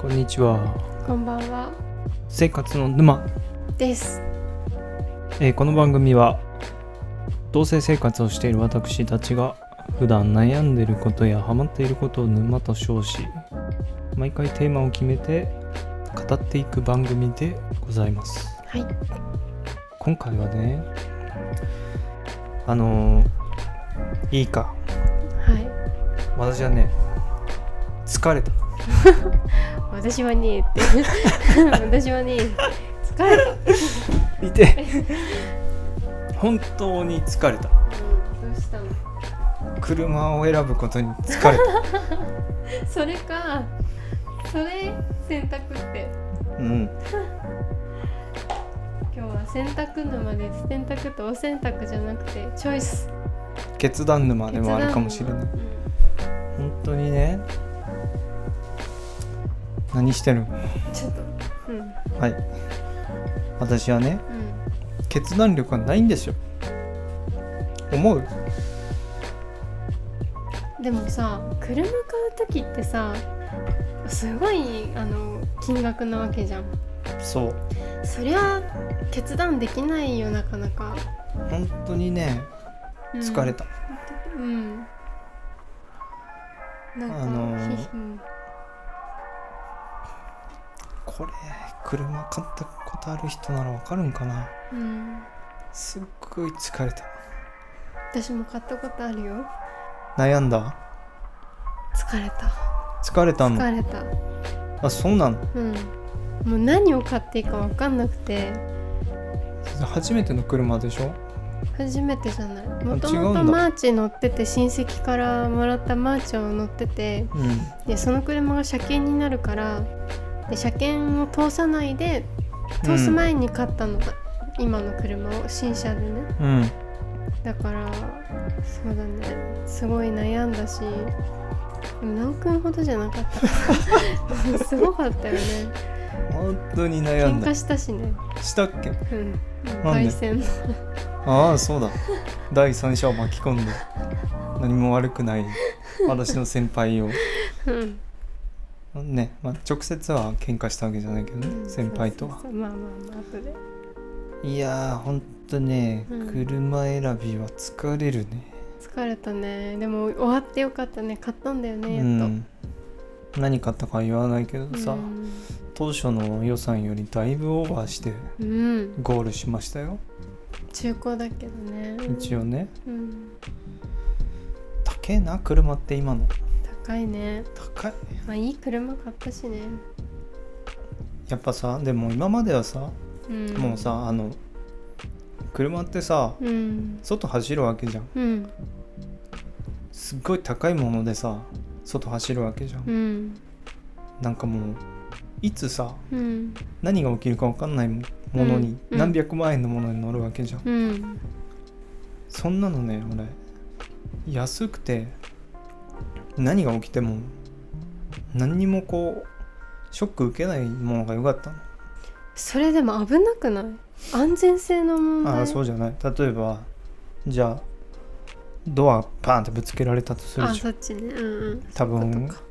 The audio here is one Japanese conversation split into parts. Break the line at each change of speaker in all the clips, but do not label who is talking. こんにちは
こんばんは
生活の沼、
です。
えーこの番組は同性生活をしている私たちが普段悩んでいることやハマっていることを沼と称し毎回テーマを決めて語っていく番組でございます
はい。
今回はねあのーいいか
はい。
私はね疲れた
私は ねって。私はね。疲れた。うん
いて 本当に疲れた
どうしたの。
車を選ぶことに疲れた
それか。それ洗濯って。
うん
今日は洗濯沼です。洗濯とお洗濯じゃなくてチョイス。
決断沼でもあるかもしれない
決断沼
本当にね何してる
うんちょっと。うん。うん。
はい私はね決断力がないんですよ思う
でもさ、車買う時ってさ。すごいあの金額なわけじゃん。
そう
そりゃ決断できないよなかなか。
本当にね
うん
疲れた、
うん。なんか、
あのー
ひうん
これ車買ったことある人ならわかるんかな
うん、
すっごい疲れた
私も買ったことあるよ。
悩んだ
疲れた。
疲れたの
疲れた。
あそうなの
うん。もう何を買っていいか分かんなくて
初めての車でしょ
初めてじゃないもと
違う
も
んだ
とマーチ乗ってて親戚からもらったマーチを乗ってて
うん
でその車が車検になるからで車検を通さないで通す前に買ったの、今の車を新車でね
うん
だからそうだねすごい悩んだしでも何分ほどじゃなかっ たすごかったよね
本当に悩
喧
んだ
嘩したしね
したっけな
うん
んで
対戦
ああそうだ第三者を巻き込んで何も悪くない私の先輩を
うん
ね、まあ、直接は喧嘩したわけじゃないけどね先輩とは
そうそうそうまあまあまあ後で
いやーほんとね、
うん
車選びは疲れるね
疲れたねでも終わってよかったね買ったんだよねやっ
う
と、
ん何買ったかは言わないけどさ、
うん
当初の予算よりだいぶオーバーして
うん
ゴールしましたよ
中古だけどね
一応ね
うん
高えな車って今の
高いね
高い
まあいい車買ったしね、
やっぱさでも今まではさ、
うん、
もうさあの車ってさ
うん
外走るわけじゃん
うん
すっごい高いものでさ外走るわけじゃん、
うん
なんかもういつさ
うん
何が起きるか分かんないもものに、
うん
何百万円のものに乗るわけじゃん、
うん
そんなのね俺安くて何が起きても何にもこうショック受けないものが良かったの、
それでも危なくない安全性の問題
ああそうじゃない例えばじゃあドアパーンってぶつけられたとする
あ
じゃん
そっちねうんう
多
んそういう
分
ことか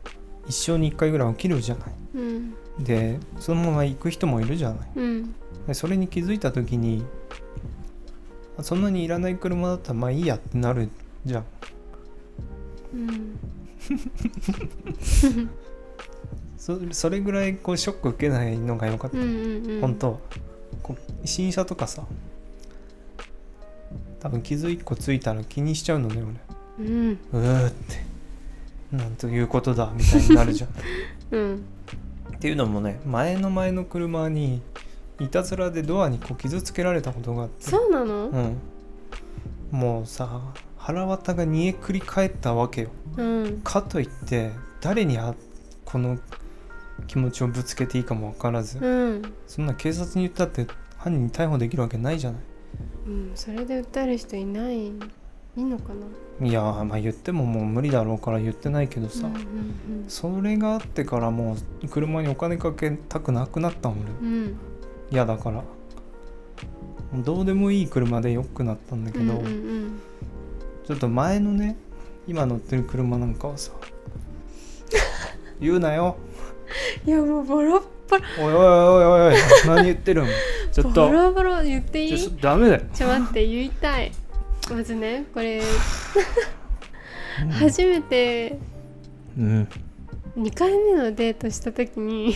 一生に一回ぐらい起きるじゃない
うん
でそのまま行く人もいるじゃない
うん
でそれに気づいた時にあそんなにいらない車だったらまあいいやってなるじゃん
うん
そそれぐらいこうショック受けないのが良かった、
うんうんうん
本当はこう新車とかさ多分傷一個ついたら気にしちゃうのね
うん
俺うーってなんということだみたいになる じゃんっ
うん
ていうのもね前の前の車にいたずらでドアにこう傷つけられたことがあって
そうなの
うん、もうさ腹渡が煮えくり返ったわけよ
うん
かといって誰にあこの気持ちをぶつけていいかも分からず、
うん
そんな警察に言ったって犯人逮捕できるわけないじゃな
うんそれで訴える人いないいいのかない
いやーまあ言ってももう無理だろうから言ってないけどさ、
うんうん
それがあってからもう車にお金かけたくなくなったもん俺
うんうん
嫌だからどうでもいい車で良くなったんだけ
うん
ど、
うん
ちょっと前のね今乗ってる車なんかはさ言うなよ
いやもうボロッボロ
おいおいおいおいおい何言ってるんちょっと
ボロボロ言っていい
ち
ち
ょっ
ょ
とダメだよ
っと待って言いたいまずねこれ
うん
初めて
うん
2回目のデートした時に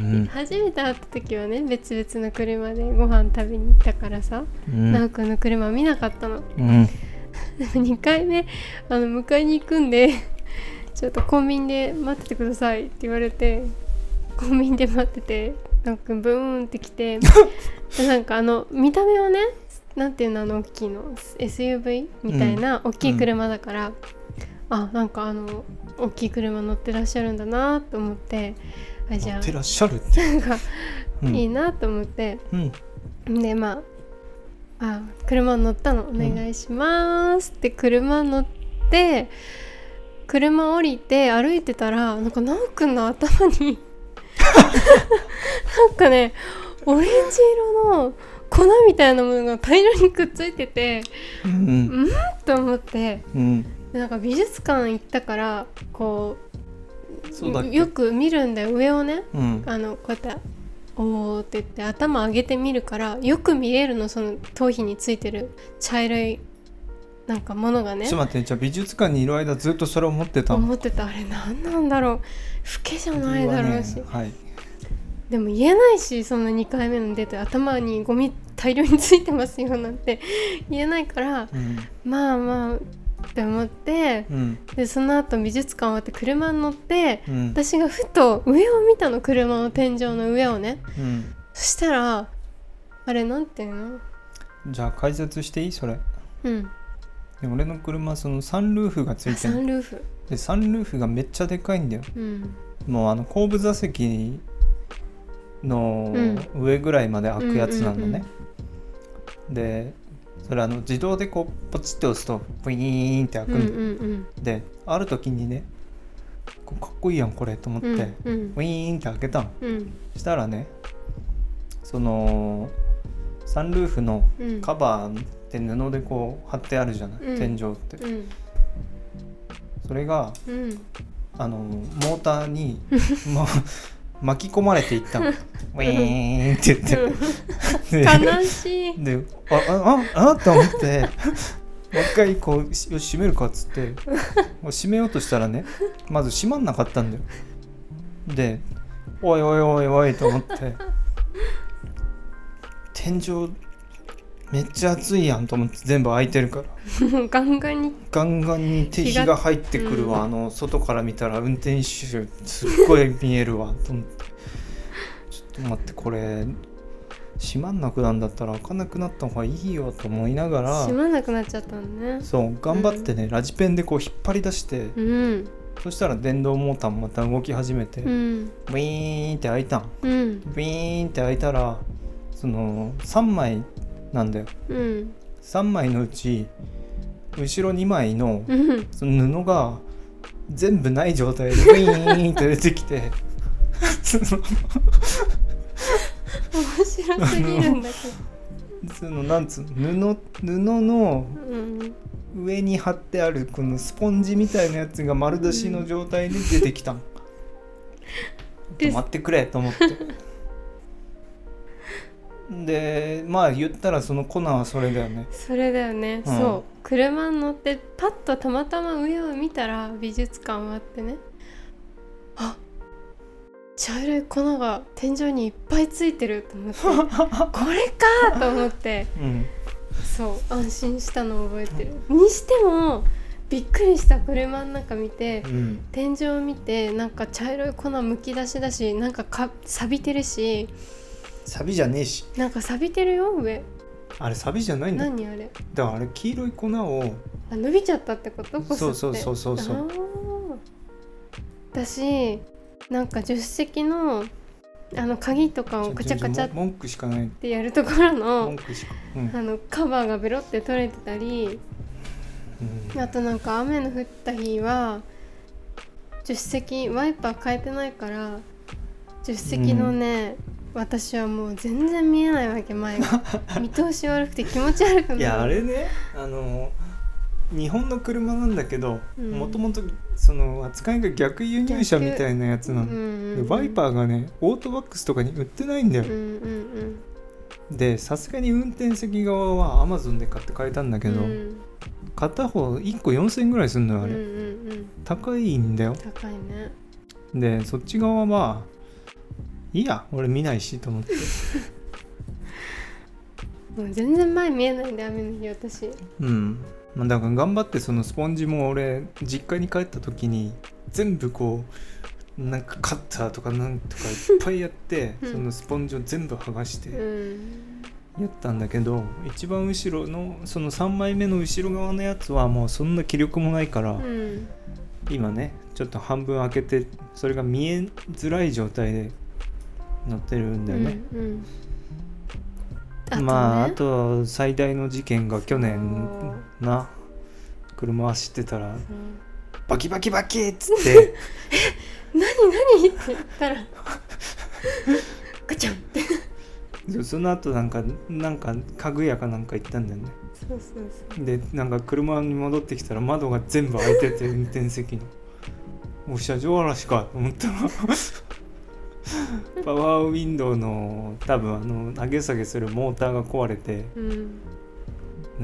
うん
初めて会った時はね別々の車でご飯食べに行ったからさ
うん
奈くんの車見なかったの
うん
2回目あの迎えに行くんで ちょっとコンビニで待っててくださいって言われてコンビニで待っててなんかブーンって 来てでなんかあの見た目はねなんていうのあの大きいの SUV みたいな大きい車だから、あなんかあの大きい車乗ってらっしゃるんだなと思ってあじ
乗
ゃ
ってらっしゃるって
あなんか
う
いい
ん
なと思って。
うん
でまああ車に乗ったのお願いします、って車に乗って車降りて歩いてたらなんか奈くんの頭になんかねオレンジ色の粉みたいなものが大量にくっついてて
うん
と思って
うん
でなんか美術館行ったからこ
そうだっ
う
け
よく見るんだよ上をね
うん
あのこうやって「おー」って言って頭上げてみるからよく見えるのその頭皮についてる茶色いなんかものがね
ちょっと待ってじゃあ美術館にいる間ずっとそれを持ってたの
思ってたあれ何なんだろう老けじゃないだろうし、
理由はねはい
でも言えないしその2回目のデートで頭にゴミ大量についてますよなんて言えないから
うん
まあまあって思って
うん
でその後美術館終わって車に乗って
うん
私がふと上を見たの車の天井の上をね
うん
そしたらあれなんていうの
じゃあ解説していいそれ
うん
で俺の車そのサンルーフがつ
あ
いて
サ
る
ンルーフ
でサンルーフがめっちゃでかいんだよ
うん
もうあの後部座席の上ぐらいまで開くやつなんだね、でそれあの自動でこうポチって押すとブイーンって開
う
く
んうん
んだよ
うん
である時にねこうかっこいいやんこれと思って、
うん
ブ
うん
イーンって開けたの
うん
したらねそのサンルーフの
うん
カバーって布でこう貼ってあるじゃない、
うん
天井って
うん
それが
うん
あのモーター にもう巻き込まれていったの。ウィーンって言って。で
悲しい
でああああと思ってもう一回こうしよし閉めるかっつってもう閉めようとしたらねまず閉まんなかったんだよ。でおいおいおいおいと思って天井めっちゃ暑いやんと思って全部開いてるから。
もうガンガンに
ガンガンに手日が入ってくるわ、
うん
あの外から見たら運転手すっごい見えるわと思ってちょっと待ってこれ閉まんなくなんだったら開かなくなった方がいいよと思いながら
閉まんなくなっちゃったのね
そう頑張ってね、ラジペンでこう引っ張り出して、
うん
そしたら電動モーターもまた動き始めて、
う
ウ
ん
ィーンって開いたん
うん
ウィーンって開いたらその3枚なんだよ
うん
3枚のうち後ろ2枚の、
うん
その布が全部ない状態でウィーンって出てき てその
面白すぎるんだけ
そのなんつうの布布の
どうん
上に貼ってあるこのスポンジみたいなやつが丸出しの状態で出てきたの。
うん
止まってくれと思って。でまあ言ったらその粉はそれだよ ね。
それだよね
うん
そう車に乗ってパッとたまたま上を見たら美術館もあってねあ茶色い粉が天井にいっぱいついてると思っ てこれかと思って
うん、
そう安心したのを覚えてるにしてもびっくりした車の中見て
うん、
天井を見てなんか茶色い粉むき出しだしなんかか錆びてるし
サビじゃねえし
なんか錆びてるよ上
あれサビじゃないんだ
何あれ
だからあれ黄色い粉を
あ伸びちゃったってことこす
そ
っ
う
て
そうそうそうそう
あー私なんか助手席のあの鍵とかをカチャカチャっ
文句しかない
てやるところの
文句しか、うん
あのカバーがベロって取れてたりあとなんか雨の降った日は助手席ワイパー変えてないから助手席のね、私はもう全然見 えないわけ前が見通し悪くて気持ち悪くな
うん、いやあれねあの日本の車なんだけど
うん
もともとその扱いが逆輸入車みたいなやつなの、でワイ
ー
パーがねオートバックスとかに売ってないんだよ
うん、うんうん
でさすがに運転席側は Amazon で買って変えたんだけど、
うん
片方1個4000円ぐらいすんのよあれ、
うんうんうん、
高いんだよ
高いね
でそっち側はいいや俺見ないしと思って
もう全然前見えないんで雨の日私
うん、まあ、だから頑張ってそのスポンジも俺実家に帰った時に全部こうなんかカッターとかなんとかいっぱいやって
うん
そのスポンジを全部剥がし
う
て
ん
やったんだけど一番後ろのその3枚目の後ろ側のやつはもうそんな気力もないから、
うん
今ねちょっと半分開けてそれが見えづらい状態で乗ってるんだよね、
うんうんとね
まああと最大の事件が去年な車走ってたら
うん
バキバキバキっつって
何って言ったらガチャンって
そうその後なんかなんか家具屋かなんか行ったんだよね
そうそうそ
でなんか車に戻ってきたら窓が全部開いてて運転席のもう車上荒らしかと思ったらパワーウィンドウの多分あの上げ下げするモーターが壊れて
ううん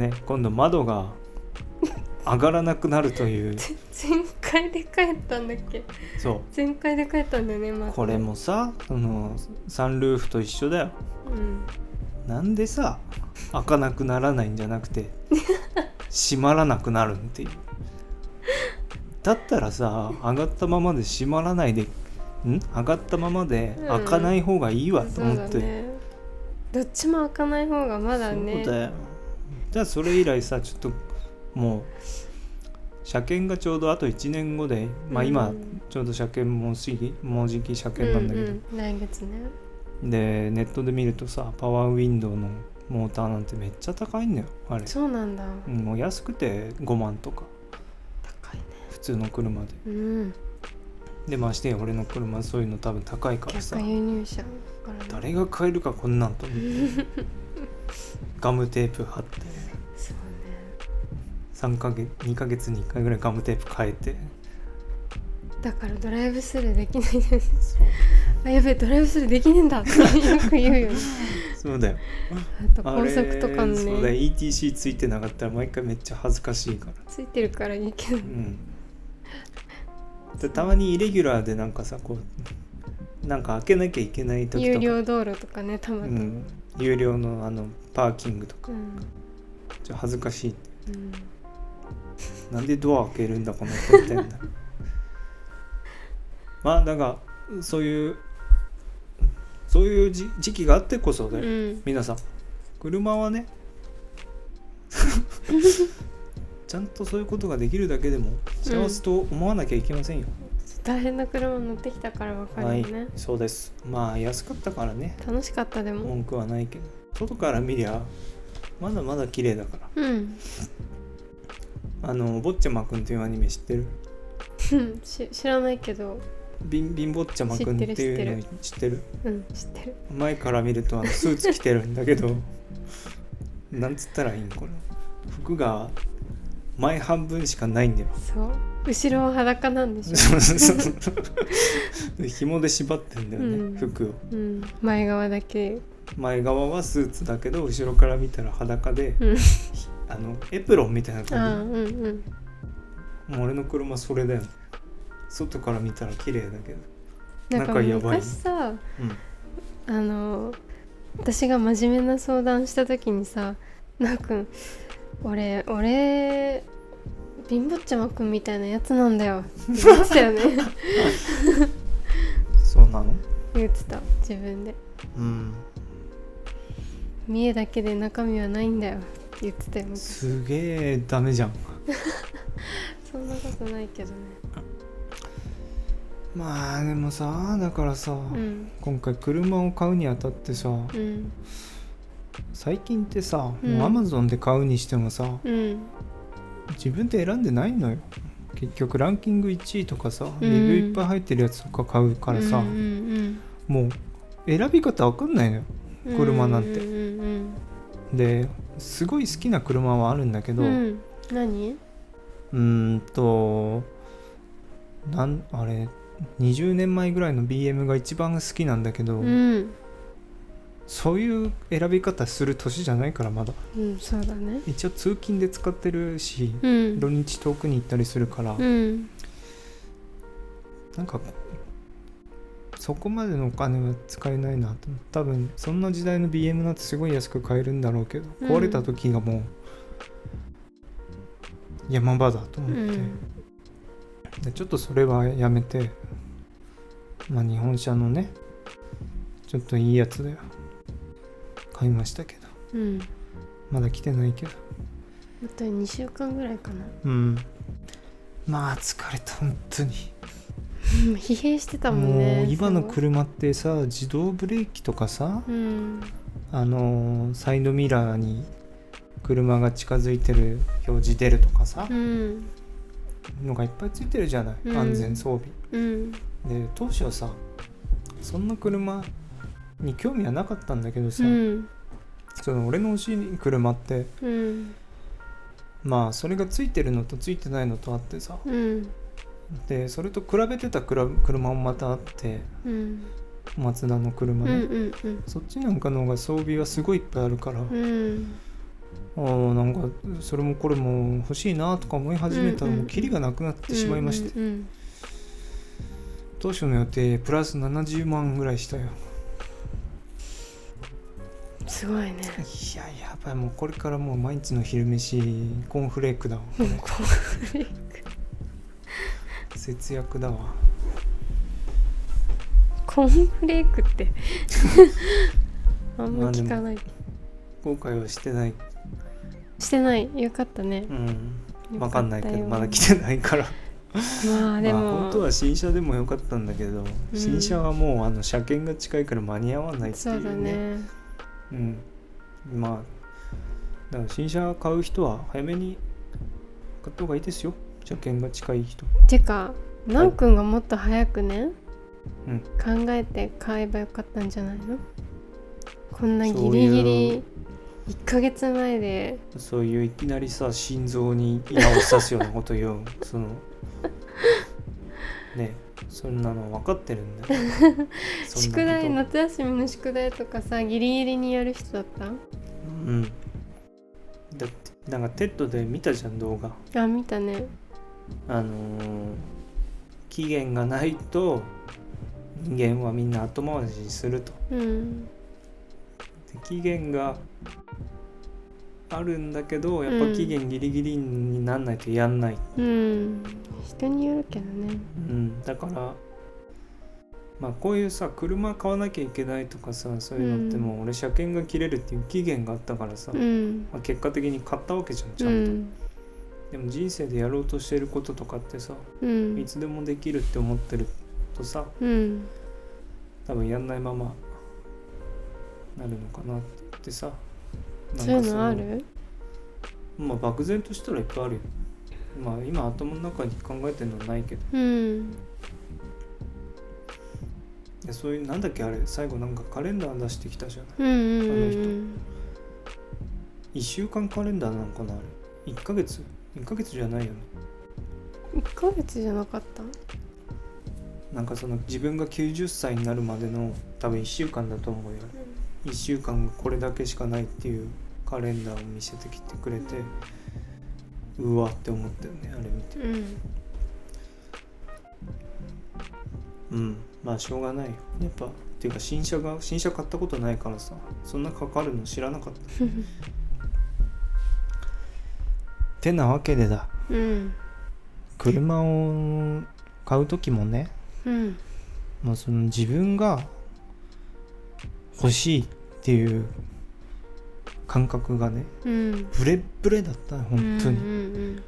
ね今度窓が上がらなくなるという
全開で帰ったんだっけ
そう
全開で帰ったんだよねまず
これもさそのサンルーフと一緒だよ
うん
なんでさ開かなくならないんじゃなく て閉まらなくなるっていうだったらさ上がったままで閉まらないでん上がったままで
うん
開かない方がいいわと
そう
思
だ
って、
ねどっちも開かない方がまだね
そうだよじゃあそれ以来さちょっともう車検がちょうどあと1年後でまあ今、
うん
ちょうど車検もうすぐもうじき車検なんだけど、
うんうん来月ね
でネットで見るとさパワーウィンドウのモーターなんてめっちゃ高いんだよあれ
そうなんだ
うんもう安くて5万とか
高いね
普通の車で
うん
でましてや俺の車そういうの多分高いからさ
逆輸入車だからね
誰が買えるかこんなんと思って ガムテープ貼って
そうね
3ヶ月2ヶ月に1回ぐらいガムテープ変えて
だからドライブスルーできないんだよね
そう
あやべえドライブスルーできねえんだってよく言 うよね
そうだよ
あと
あ
高
れ
速とかの
そうだよ
ね
ETC ついてなかったら毎回めっちゃ恥ずかしいから
ついてるからいいけど
うんでたまにイレギュラーでなんかさこうなんか開けなきゃいけない時とか
有料道路とかねたま
う
に
ん、有料のあのパーキングとか
うん
ちょっと恥ずかしい
うん
なんでドア開けるんだこの人みたいなまあだからそういうそういうじ時期があってこそだよ、
うん
皆さん車はねちゃんとそういうことができるだけでも幸せと思わなきゃいけませんよ、
大変な車乗ってきたからわか
は
る
い
よね、
そうですまあ安かったからね
楽しかったでも
文句はないけど外から見りゃまだまだ綺麗だから
うん
あの「ぼっちゃまくん」というアニメ知ってる
うん し知らないけど
ビンビンぼっちゃまくんっていうの知ってる
うん知ってる
前から見るとあ のスーツ着てるんだけどなんつったらいいんこれ服が前半分しかないん だよ
そう後ろは裸なんでし ょ、
そうそうそうで紐で縛ってんだよね、
うん
服を
うん、前側だけ
前側はスーツだけど後ろから見たら裸で、
うん
あのエプロンみたいな
ああ
感じ
うんうん
もう俺の車それだよね外から見たら綺麗だけど
なん
なん
か
かやばい
昔さ
うん
あの私が真面目な相談した時にさなくん俺俺貧乏ちゃまくんみたいなやつなんだよって言ってた よね
そうなの
言ってた自分で
うん
見えだけで中身はないんだよって言ってたよ昔
すげえダメじゃん
そんなことないけどね
まあでもさだからさ、
うん
今回車を買うにあたってさ
うん
最近ってさ、
うん
もう Amazon で買うにしてもさ
うん
自分で選んでないのよ結局ランキング1位とかさ、
う
レ
ん
ビューいっぱい入ってるやつとか買うからさ、
うんうん
もう選び方わかんないのよ
うん
車なんて
うんうん
ですごい好きな車はあるんだけ
うん
ど、
うん、うん、何
うーんとなんあれ20年前ぐらいの BM が一番好きなんだけど、
うん、
そういう選び方する年じゃないからまだ
うん、そうだね
一応通勤で使ってるし、
うん
土日遠くに行ったりするから、
うん
なんかそこまでのお金は使えないなと多分そんな時代の BM なんてすごい安く買えるんだろうけど、
うん
壊れた時がもう山場だと思
う
って、
ん
でちょっとそれはやめてまあ日本車のねちょっといいやつだよ買いましたけど
うん
まだ来てないけど
あと2週間ぐらいかな
うんまあ疲れた本当に
疲弊してたもんね
もう今の
す
車ってさ自動ブレーキとかさ
ごいうん
あのーサイドミラーに車が近づいてる表示出るとかさ
うん
のがいっぱいついてるじゃない、
うん
安全装
うん
備で当初はさそんな車に興味はなかったんだけどさ、
うん
その俺の欲しい車って
うん
まあそれがついてるのとついてないのとあってさ
うん
でそれと比べてたくら車もまたあって
うん
マツダの
う
車
ん
ね、
うんうん
そっちなんかの方が装備はすごいいっぱいあるから、
うん
あーなんかそれもこれも欲しいなとか思い始めたら
うんうん
もうキリがなくなってしまいまして、
うんうん
当初の予定プラス70万ぐらいしたよ
うんすごいね
いややばいもうこれからもう毎日の昼飯コーンフレークだわ
もうこれ
節約だわ
コーンフレークってあんま聞かない、
後悔はしてない
してないよかったね
うん分かんないけど
よ
ま
か
だ
った
来てないから
よまあでも、
まあ本当は新車でもよかったんだけど、新車はもうあの車検が近いから間に合わないってい
そうだ
うね
ね
うんまあだから新車買う人は早めに買った方がいいですよ車検が近い人
てかなおくんがもっと早くね、
うん
考えて買えばよかったんじゃないのこんなギ
そう
リギ
い
リ
う
1ヶ月前で
そういういきなりさ心臓に矢を刺すようなこと 言うそのねそんなの分かってる んだよそん
宿
なこと
題夏休みの宿題とかさギリギリにやる人だった
うんだってなんかテッドで見たじゃん動画
あ見たね
あのー期限がないと人間はみんな後回しにすると
うん
で期限があるんだけどやっ
うん
ぱ期限ギリギリになんないとやんない、
うん人によるけどね
うん、だからまあこういうさ車買わなきゃいけないとかさそういうのって
うん
もう俺車検が切れるっていう期限があったからさ、
うん
まあ、結果的に買ったわけじゃんち
う
ゃんと、
ん
でも人生でやろうとしてることとかってさ
う
い
ん
つでもできるって思ってるとさ
うん
多分やんないままなるのかなってさなんか
そういう
そ
のある
まあ漠然としたらいっぱいあるよまあ今頭の中に考えてるのはないけど
うん
いやそういうなんだっけあれ最後なんかカレンダー出してきたじゃない
うんうんう
あの人
ん
1週間カレンダーなのかなあれ1ヶ月1ヶ月じゃないよね
1ヶ月じゃなかった
なんかその自分が90歳になるまでの多分1週間だと思うよ1週間がこれだけしかないっていうカレンダーを見せてきてくれてうわって思ったよねあれ見て
うん
うんまあしょうがないよやっぱっていうか新車が新車買ったことないからさそんなかかるの知らなかったてなわけでだ
うん
車を買う時もね、
うん
まあ、その自分が欲しいっていう感覚がね
うん
ブレッブレだったね本当に、
うん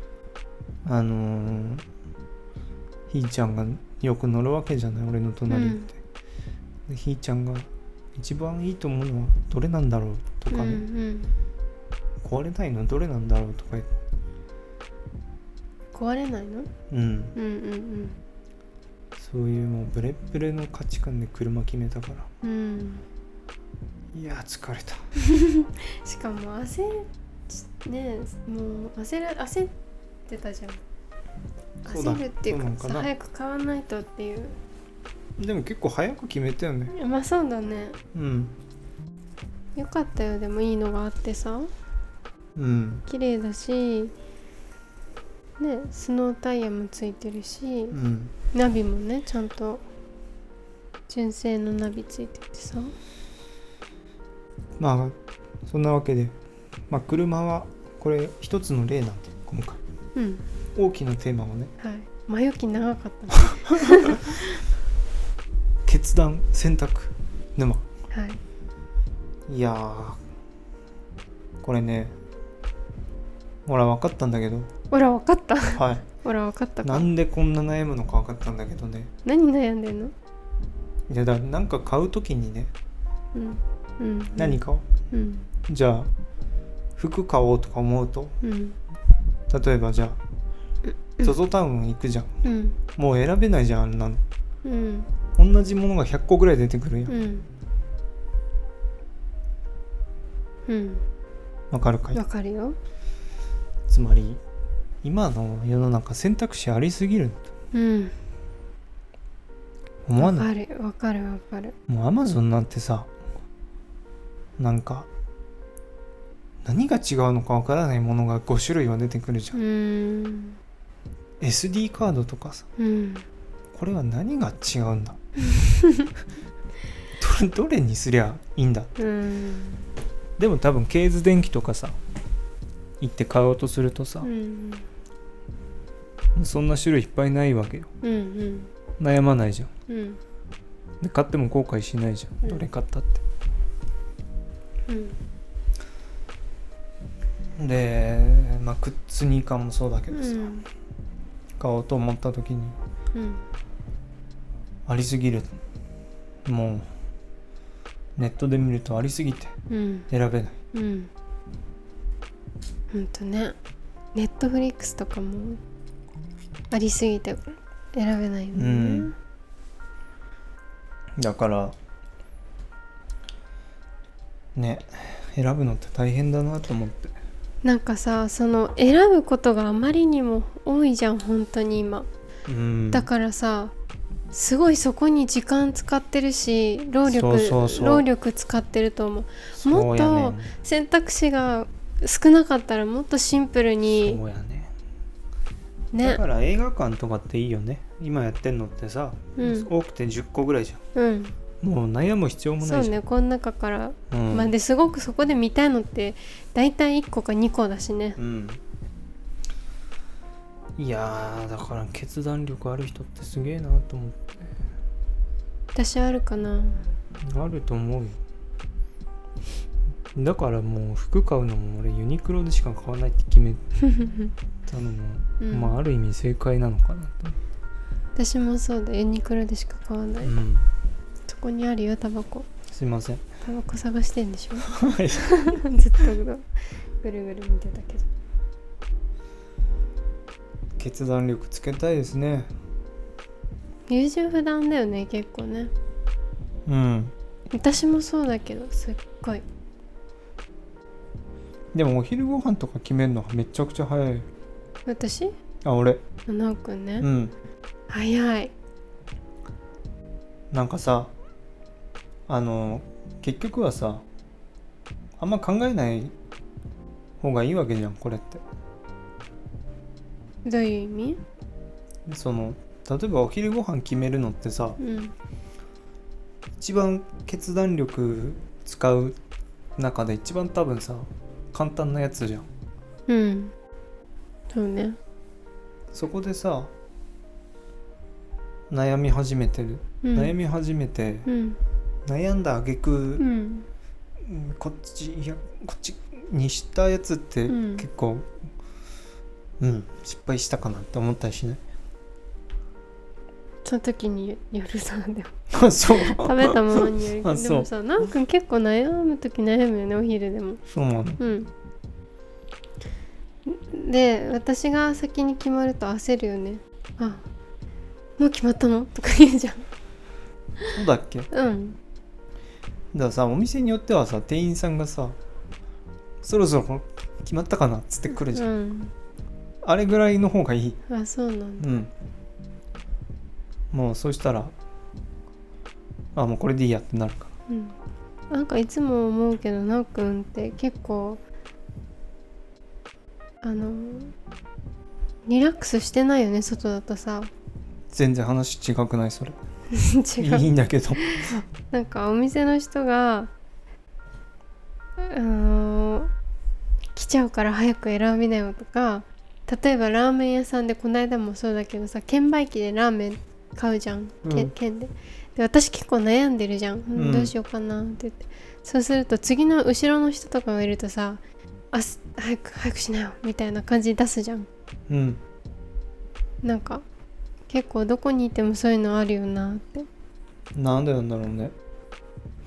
あのーひーちゃんがよく乗るわけじゃない俺の隣って、でひーちゃんが一番いいと思うのはどれなんだろうと
うん
かね、
うんうん
壊れないのはどれなんだろうとか言って
壊れない
うん
のうんうん
そういうもうブレッブレの価値観で車決めたから
うんうん
いやー疲れた
しかも焦ねもう焦ら焦ってたじゃん
そうだ
焦るっていう
そうなのか
か
な
さ早く買わないとっていう
でも結構早く決めたよね
まあそうだね
うん
よかったよでもいいのがあってさ
うん
綺麗だしねスノータイヤもついてるし
うん
ナビもねちゃんと純正のナビついててさ
まあそんなわけでまあ車はこれ一つの例なんで今回
うん
大きなテーマをね
はい前置き長かったね
決断選択沼
はい
いやーこれねほら分かったんだけど
ほら分かった
はい
ほら分かったか
なんでこんな悩むのか分かったんだけどね
何悩んでんの
いやだからなんか買う時にね
うんうん
何買おう
うん
じゃあ服買おうとか思うと
うん
例えばじゃあ ZOZO タウン行くじゃん
うん
もう選べないじゃんあんなの
うん
同じものが100個ぐらい出てくるやん
うんうん
わかるかい
わかるよ
つまり今の世の中選択肢ありすぎると
うん
思わ
わ
ない
かるわかるわかる
もうアマゾンなんてさなんか何が違うのかわからないものが5種類は出てくるじゃ、
うんーん
SD カードとかさ
うん
これは何が違うん だどれどれにすりゃいいんだ
うん
でも多分ケーズ電機とかさ行って買おうとするとさ
う、ん
そんな種類いっぱいないわけよ
うん
悩まないじゃん
うん
で買っても後悔しないじゃ
うんん
どれ買ったって、
うん
でまあ靴スニーカーもそうだけどさ、
うん
買おうと思った時に
うん
ありすぎるもうネットで見るとありすぎて
うん
選べない
うんほんとねネットフリックスとかもありすぎて選べないよね
うんだからね選ぶのって大変だなと思って
なんかさその選ぶことがあまりにも多いじゃん本当に今
うん
だからさすごいそこに時間使ってるし労力
そうそうそう
労力使ってると思うもっと
そうやね
選択肢が少なかったらもっとシンプルに
そうやねだ
ね
から映画館とかっていいよね今やってんのってさ、
うん
多くて10個ぐらいじゃ
うん
んもう悩む必要も
そ
ないうじゃん
ねこの中から
うん
まあですごくそこで見たいのって大体1個か2個だしね
うんいやーだから決断力ある人ってすげえなと思って
私あるかな
あると思うよだからもう服買うのも俺ユニクロでしか買わないって決めたのも、
うん
まあある意味正解なのかなと、
私もそうだユニクロでしか買わない、
うん
そこにあるよタバコ
すいません
タバコ探してんでしょ
い
ずっとぐるぐる見てたけど
決断力つけたいですね
優柔不断だよね結構ね
うん
私もそうだけどすっごい
でもお昼ご飯とか決めるのめちゃくちゃ早い
私
あ俺
七尾くんね、
うん
早い
なんかさあの結局はさあんま考えない方がいいわけじゃんこれって
どういう意味
その例えばお昼ご飯決めるのってさ
うん
一番決断力使う中で一番多分さ簡単なやつじゃん
うんそうね
そこでさ悩み始めてる、
うん
悩み始めて、
うん
悩んだ挙句、
うん
うんこっちいやこっちにしたやつって
うん
結構うん、失敗したかなって思ったりしない
その時によるさでも
あそう
食べたものによる け
あ
ど
そう
でもさなんくん結構悩む時悩むよねお昼でも
そうなの
うんで私が先に決まると焦るよねあもう決まったのとか言うじゃん
そうだっけだか
うん
らさお店によってはさ店員さんがさそろそろ決まったかなっつってくるじゃ、
うんん
あれぐらいの方がいい
あそうなんだ
うんもうそうしたらあもうこれでいいやってなるか
うんなんかいつも思うけどなっくんって結構あのリラックスしてないよね外だ とさ
全然話違くないそれ
違う
いいんだけど
なんかお店の人があの来ちゃうから早く選びなよとか例えばラーメン屋さんでこの間もそうだけどさ券売機でラーメン買うじゃん、け
うん
券でで私結構悩んでるじゃん、うん
うん
どうしようかなって言ってそうすると次の後ろの人とかがいるとさ「あす早く早くしなよ」みたいな感じ出すじゃん
うん
なんか結構どこにいてもそういうのあるよなって
なんでなんだろうね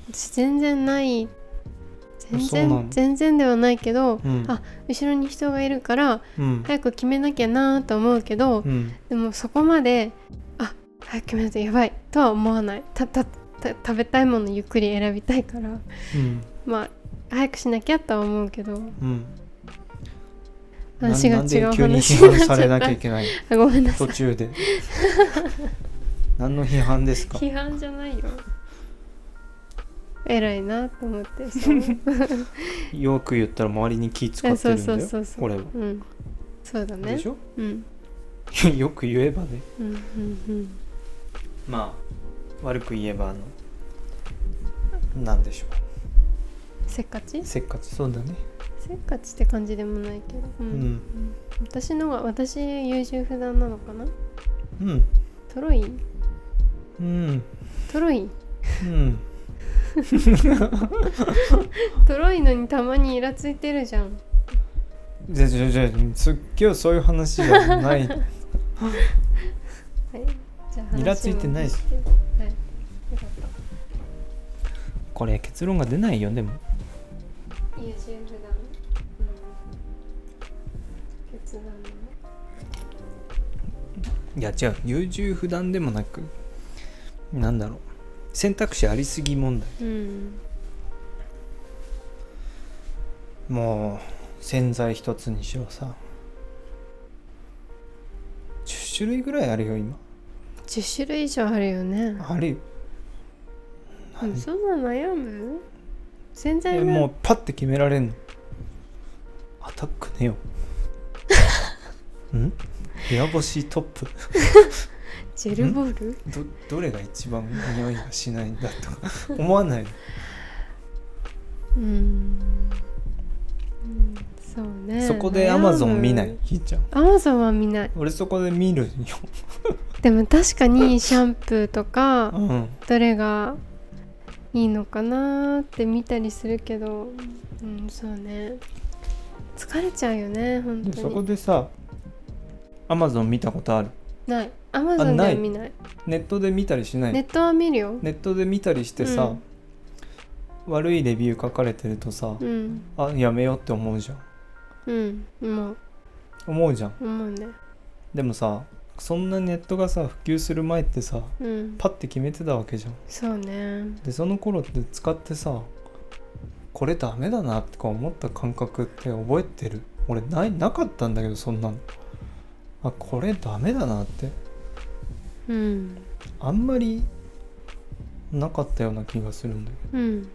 私全然ない全
そうなの
然全然ではないけど
うん
あ後ろに人がいるから
うん
早く決めなきゃなと思うけど、
うん
でもそこまであ早く決めないとやばいとは思わないたたた食べたいものゆっくり選びたいから
うん
まあ早くしなきゃとは思うけど
うんな
話が
なん
違
で
う
急に
話
批
に
判
なっちゃ
さ
っ
れなきゃい
た
けない
あごめんな
途
さい
中で 何の批判ですか
批判じゃないよ偉いなと思ってさ
よく言ったら周りに気使ってるんだ
そうそう
よ
そうそう
俺は
うんそうだね
でしょ
うん
よく言えばね
うんうんうん
まあ悪く言えばあのなんでしょ
せっかち
うせっかちそうだね
せっかちって感じでもないけど、うん
うん
私のが私優柔不断なのかな
うん
トロイ
うん
トロイ
うん
トロイのにたまにイラついてるじゃん
じゃじゃじゃす今日そういう話じゃない
はいじゃあ話
イラついてないし
戻ってはいよかっ
これ結論が出ないよでも
た優柔不断うん決断ね
いや違う優柔不断でもなくなんだろう選択肢ありすぎ問題
うん
もう洗剤一つにしろさ10種類ぐらいあるよ今
10種類以上あるよね
あるよ
でもそんな悩む洗
え
剤なん
もうパッて決められんのアタックね よん部屋干しトップ
ジェルボール
どどれが一番匂いがしないんだ とか思わないの
うん、うん、そうね
そこでアマゾン見ないひーちゃん
アマゾンは見ない
俺そこで見るよ、
でも確かにシャンプーと
う
か
ん、
どれがいいのかなーって見たりするけどうんそうね疲れちゃうよね本
で
当
そこ
に
でさアマゾン見たことある
ないアマゾンで
な
はい見ない
ネットで見たりしない
ネットは見るよ
ネットで見たりしてさ、悪いレビュー書かれてるとさ、
うん
あやめようって思うじゃん
うんもう
思うじゃん
思うね
でもさそんなネットがさ普及する前ってさ
うん
パッて決めてたわけじゃん
そうね
でその頃って使ってさこれダメだなとか思った感覚って覚えてる俺ないなかったんだけどそんなのあこれダメだなって
うん
あんまりなかったような気がするんだけど
うん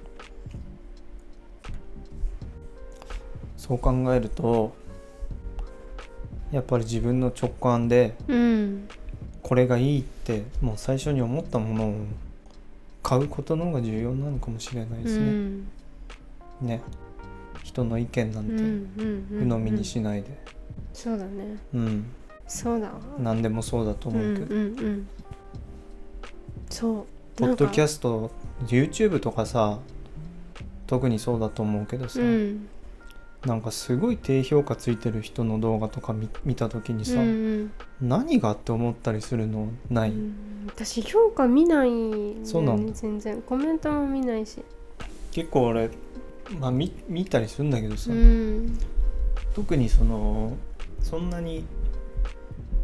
そう考えるとやっぱり自分の直感で
うん
これがいいってもう最初に思ったものを買うことの方が重要なのかもしれないうですね、
ん
ね人の意見なん
うんう
て
んう
鵜
ん
呑みにしないで
そうだね
うん
そうだわ
何でもそうだと
うんう
思うけど、
んうんそう
ポッドキ
ャ
ャスト YouTube とかさ特にそうだと思うけどさ、
うん
なんかすごい低評価ついてる人の動画とか見見た時にさ、
うんうん
何がって思ったりするのない、
うん私評価見ないんだよね
そうなの
全然コメントも見ないし
結構俺、まあ、見見たりするんだけどさ、
うん
特にそのそんなに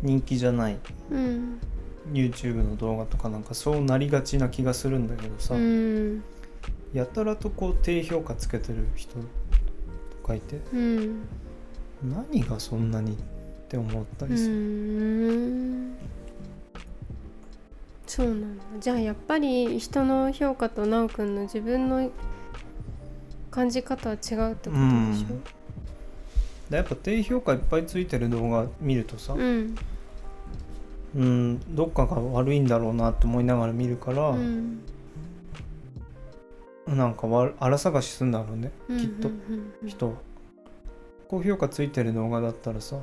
人気じゃない
うん
YouTube の動画とかなんかそうなりがちな気がするんだけどさ、
うん
やたらとこう低評価つけてる人とかいて
うん
何がそんなにってって思った
う
りする、
ーんそうなんだじゃあやっぱり人の評価と奈くんの自分の感じ方は違うってことでし
でやっぱ低評価いっぱいついてる動画見るとさ
ょうん
うんどっかが悪いんだろうなって思いながら見るから、
うん
なんかわ荒探しすんだろうねきっと
うんうんうんうん
人は高評価ついてる動画だったらさ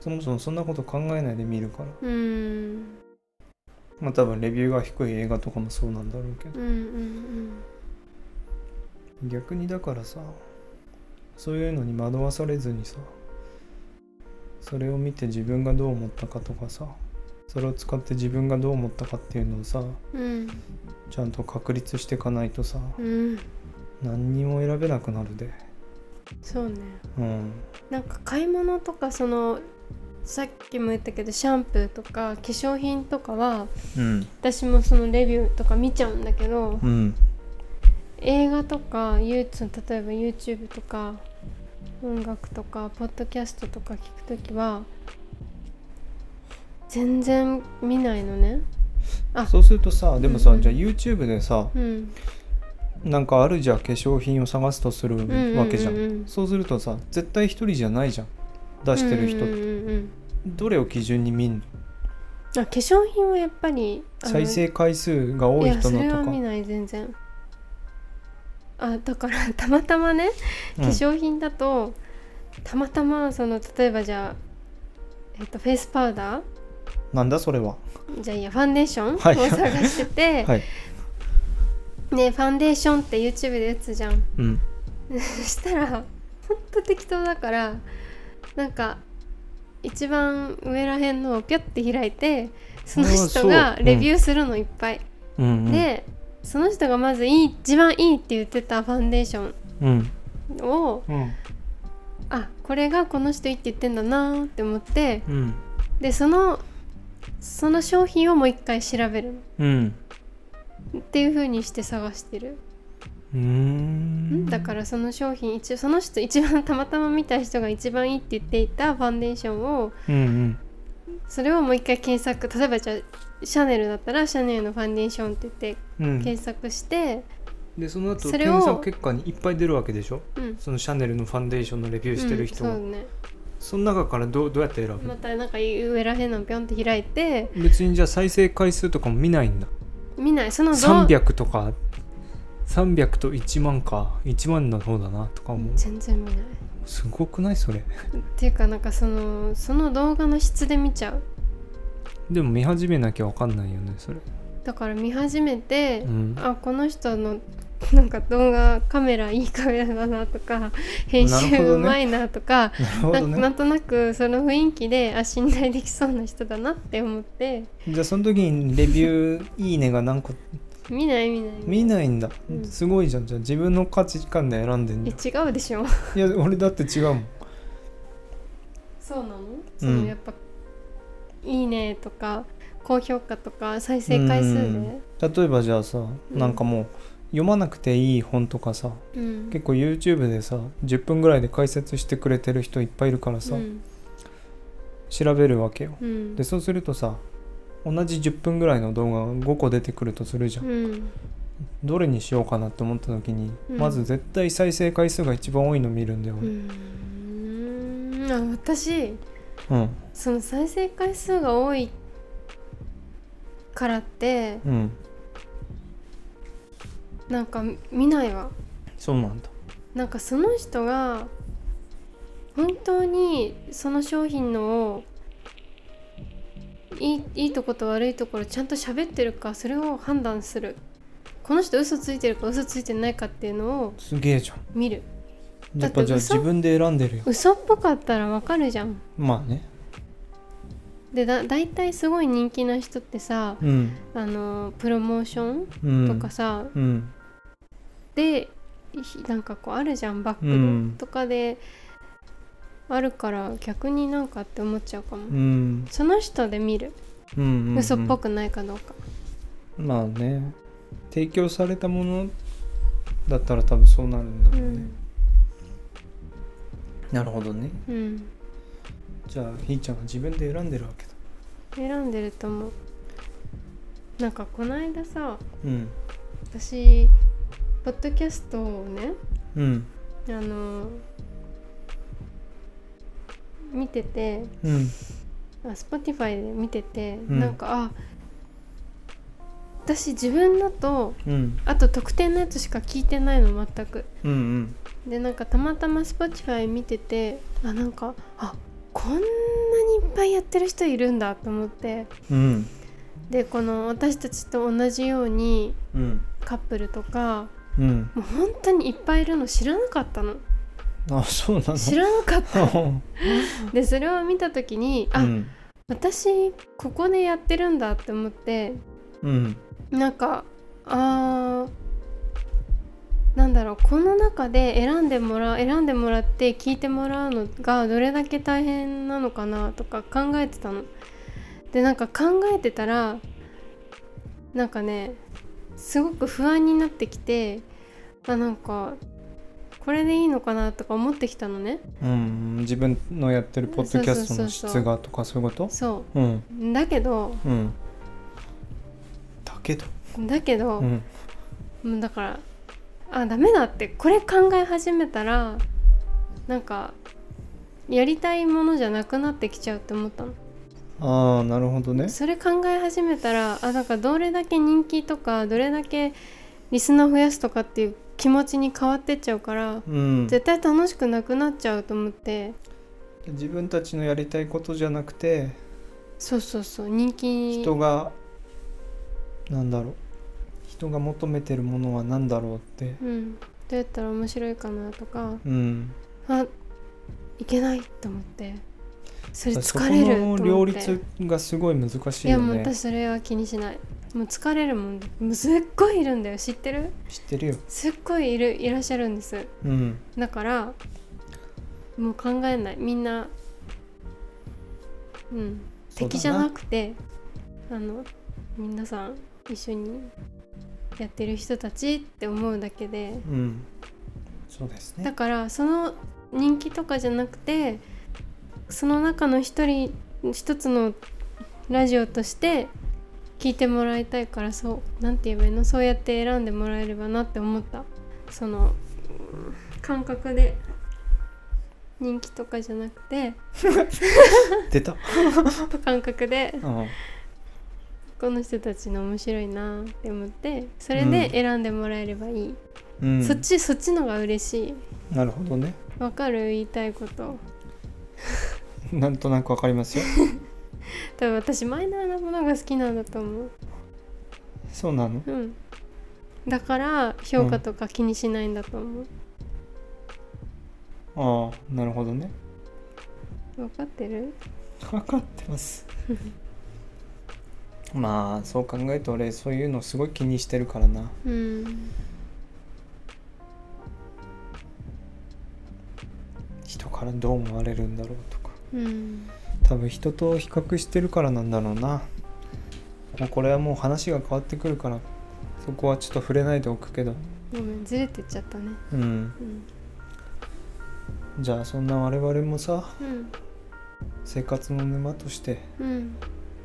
そもそもそんなこと考えないで見るから
うん
まあ多分レビューが低い映画とかもそうなんだろうけど
うんうん
逆にだからさそういうのに惑わされずにさそれを見て自分がどう思ったかとかさそれを使って自分がどう思ったかっていうのをさ
うん
ちゃんと確立していかないとさ
うん
何にも選べなくなるで
そうね
うん
なんか買い物とかそのさっきも言ったけどシャンプーとか化粧品とかは
うん
私もそのレビューとか見ちゃうんだけど
うん
映画とかゆうその例えば YouTube とか音楽とかポッドキャストとか聞くときは全然見ないのねあ
そうするとさでもさ、
うんうん
じゃあ YouTube でさ
うん
なんかあるじゃん化粧品を探すとする
うん
わけじゃん,、
うんうんうん
そうするとさ絶対一人じゃないじゃん出してる人、
うんうんうん
どれを基準に見んの
あ化粧品はやっぱりあの
再生回数が多い人
いやそれ
の
は
とか
見ない全然あだからたまたまね
う
化
ん
粧品だと、たまたまその例えばじゃあ、えっと、フェイスパウダー
なんだそれは
じゃあいいやファンデーションを
はい
探してて、
はい
ねファンデーションって YouTube で打つじゃん
うん
そしたらほんと適当だからなんか一番上らへんのをピュッて開いてその人
あ
が
ーそう
レビューするのいっぱい、
うんうん
でその人がまずいい一番いいって言ってたファンデーショ
うん
ンを
うん
あこれがこの人いいって言ってんだなーって思って
うん
でそのその商品をもう一回調べる
うん
っていう風にして探してる、
うーん
だからその商品一応その人一番たまたま見た人が一番いいって言っていたファンデーションを
うん
それをもう一回検索例えばじゃあシャネルだったらシャネルのファンデーションって言って
うんうん
検索して、
でその後
それを
検索結果にいっぱい出るわけでしょ
うん、
そのシャネルのファンデーションのレビューしてる人
う
は、
んそうね
その中からどうどうやって選ぶの
またなんか上らへんのピョンって開いて
別にじゃあ再生回数とかも見ないんだ
見ないその動
300とか300と1万か1万の方だなとかも
全然見ないっ
すごくないそれ
ていうかなんかそのその動画の質で見ちゃう
でも見始めなきゃわかんないよねそれ
だから見始めて、
うん
あこの人のなんか動画カメラいいカメラだなとか 編
なるほ
集
ど
う
ね
まいなとか
なる
な,、
ほど
ん
ね
なんとなくその雰囲気であ信頼できそうな人だなって思って
じゃあその時にレビュー「いいね」が何個
見ない見ない
見ないんだ、
うん
すごいじゃんじゃあ自分の価値観で選んでん
え
だ
違うでしょ
いや俺だって違うもん
そうなのそのやっぱ「いいね」とか高評価とか再生回数で
うん例えばじゃあさ
ん
なんかもう読まなくていい本とかさ
うん
結構 YouTube でさ10分ぐらいで解説してくれてる人いっぱいいるからさ、
うん
調べるわけよ
うん
でそうするとさ同じ10分ぐらいの動画が5個出てくるとするじゃん、
うん
どれにしようかなって思った時に、
うん
まず絶対再生回数が一番多いの見るんだよ
う
俺
ーんあ私
うん
その再生回数が多いからって
うん、
なんか見ないわ
そうなんだ
なんかその人が本当にその商品のいいいいとこと悪いところちゃんと喋ってるかそれを判断するこの人嘘ついてるか嘘ついてないかっていうのを
すげえじゃん
見る
や
だ
っ
って
ぱじゃあ
嘘
自分で選んでるよ
嘘っぽかったらわかるじゃん
まあね
でだ大体すごい人気な人ってさ
うん
あのプロモーション
うん
とかさ、
うん
でひなんかこうあるじゃんバッ
う
グ
ん
とかであるから逆になんかって思っちゃうかも、
うん
その人で見る
うんうん
嘘っぽくないかどうか、
まあね提供されたものだったら多分そうなるんだ
う
ろうね、
ん
なるほどね
うん
じゃあひーちゃんは自分で選んでるわけだ
選んでると思うなんかこの間さ
うん
私ポッドキャストをね
うん
あの見てて
うん
あ Spotify で見てて、
うん
なんかあ私自分だと
うん
あと特典のやつしか聞いてないの全く
うんうん
でなんかたまたま Spotify 見ててあなんかあこんなにいっぱいやってる人いるんだと思って
うん
でこの私たちと同じように
うん
カップルとか
うん
もう本当にいっぱいいるの知らなかったの
あそうなの
知らなかった
うん
でそれを見た時にあ、
うん
私ここでやってるんだって思って
うん
なんかあーなんだろうこの中で選んでもらう選んでもらって聞いてもらうのがどれだけ大変なのかなとか考えてたの。でなんか考えてたらなんかねすごく不安になってきてあなんかこれでいいのかなとか思ってきたのね
うん自分のやってるポッドキャストの
そうそうそうそう
質がとかそういうこと
そ
うん
うだけど
うんだけど
だけど、
うん
もうだからあダメだってこれ考え始めたらなんかやりたいものじゃなくなってきちゃうって思ったの
ああなるほどね
それ考え始めたらあなんかどれだけ人気とかどれだけリスナー増やすとかっていう気持ちに変わってっちゃうから
うん
絶対楽しくなくなっちゃうと思って
自分たちのやりたいことじゃなくて
そうそうそう人気
人がなんだろう人が求めてるものは何だろうって
うん、どうやったら面白いかなとか
うん
あいけないと思ってそれ
だからそこ
疲れると思っ
の
て
両立がすごい難しい
いや
よ
もう
ね
私それは気にしないもう疲れるもんでもうすっごいいるんだよ知ってる
知ってるよ
すっごいいるいらっしゃるんです
うん
だからもう考えないみんなうん
そうだ
敵じゃなくてあの皆さん一緒にやってる人たちって思うだけで
うんそうです
だ
ね
からその人気とかじゃなくてその中の一人一つのラジオとして聞いてもらいたいからそうなんて言えばいいのそうやって選んでもらえればなって思ったそのうん感覚で人気とかじゃなくて
出た
感覚で
うん
この人たちの面白いなって思ってそれ
う
で
ん
選んでもらえればいい、
うん
そっちそっちのが嬉しい
なるほどね
わかる言いたいこと
なんとなくわかります よ
多分私マイナーなものが好きなんだと思う
そうなの
うんだから評価とか気にしないんだと思う、
ああなるほどね
分かってる
分かってます まあそう考えると俺そういうのすごい気にしてるからな
うん
人からどう思われるんだろうとか
うん
多分人と比較してるからなんだろうなもうこれはもう話が変わってくるからそこはちょっと触れないでおくけど
ごめんずれてっちゃったね
うん
うん、
じゃあそんな我々もさ
うん
生活の沼として
うん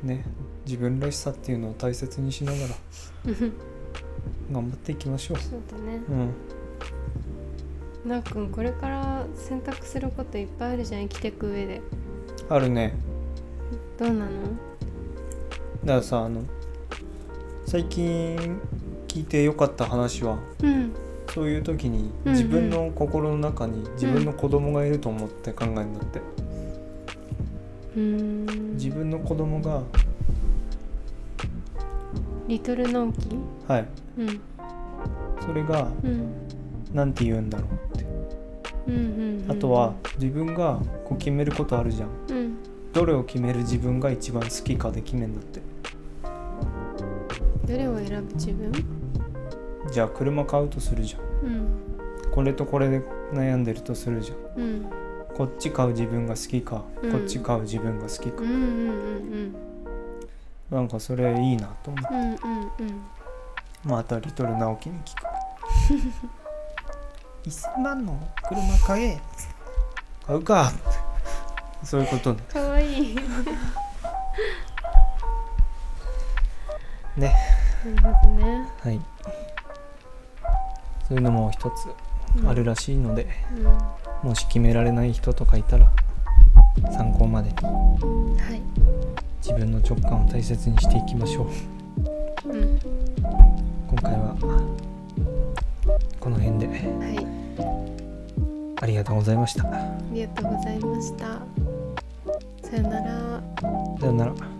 ね自分らしさっていうのを大切にしなが ら
うん、
頑張っていきましょ
そうだね
ううん
なっくんこれから選択することいっぱいあるじゃん生きてく上で
あるね
どうな
だ
の
からさあの最近聞いてよかった話は
うん
そういう時に
うんうん
自分の心の中に自分の子供がいると思って考えるんだって、
うーん
自分の子供が
リトル直樹
はい
うん
それが
うん
何て言うんだろうって
うんうん、うん、
あとは自分がこう決めることあるじゃん
うん
どれを決める自分が一番好きかで決めんだって
どれを選ぶ自分
じゃあ車買うとするじゃん
うん
これとこれで悩んでるとするじゃん
うん
こっち買う自分が好きか、
うん
こっち買う自分が好き
う
か
んうんうん
なんかそれいいなと思う
うんうんうん
またリトル直樹に聞く1000万の車買え買うか そういうことね
かわいい
ね
なるほどね
はいそういうのも一つあるらしいので、
うん、は
もし決められない人とかいたら参考までに
い
自分の直感を大切にしていきましょう
うん
今回はこの辺で
はい
ありがとうございました
ありがとうございましたさよなら
さようなら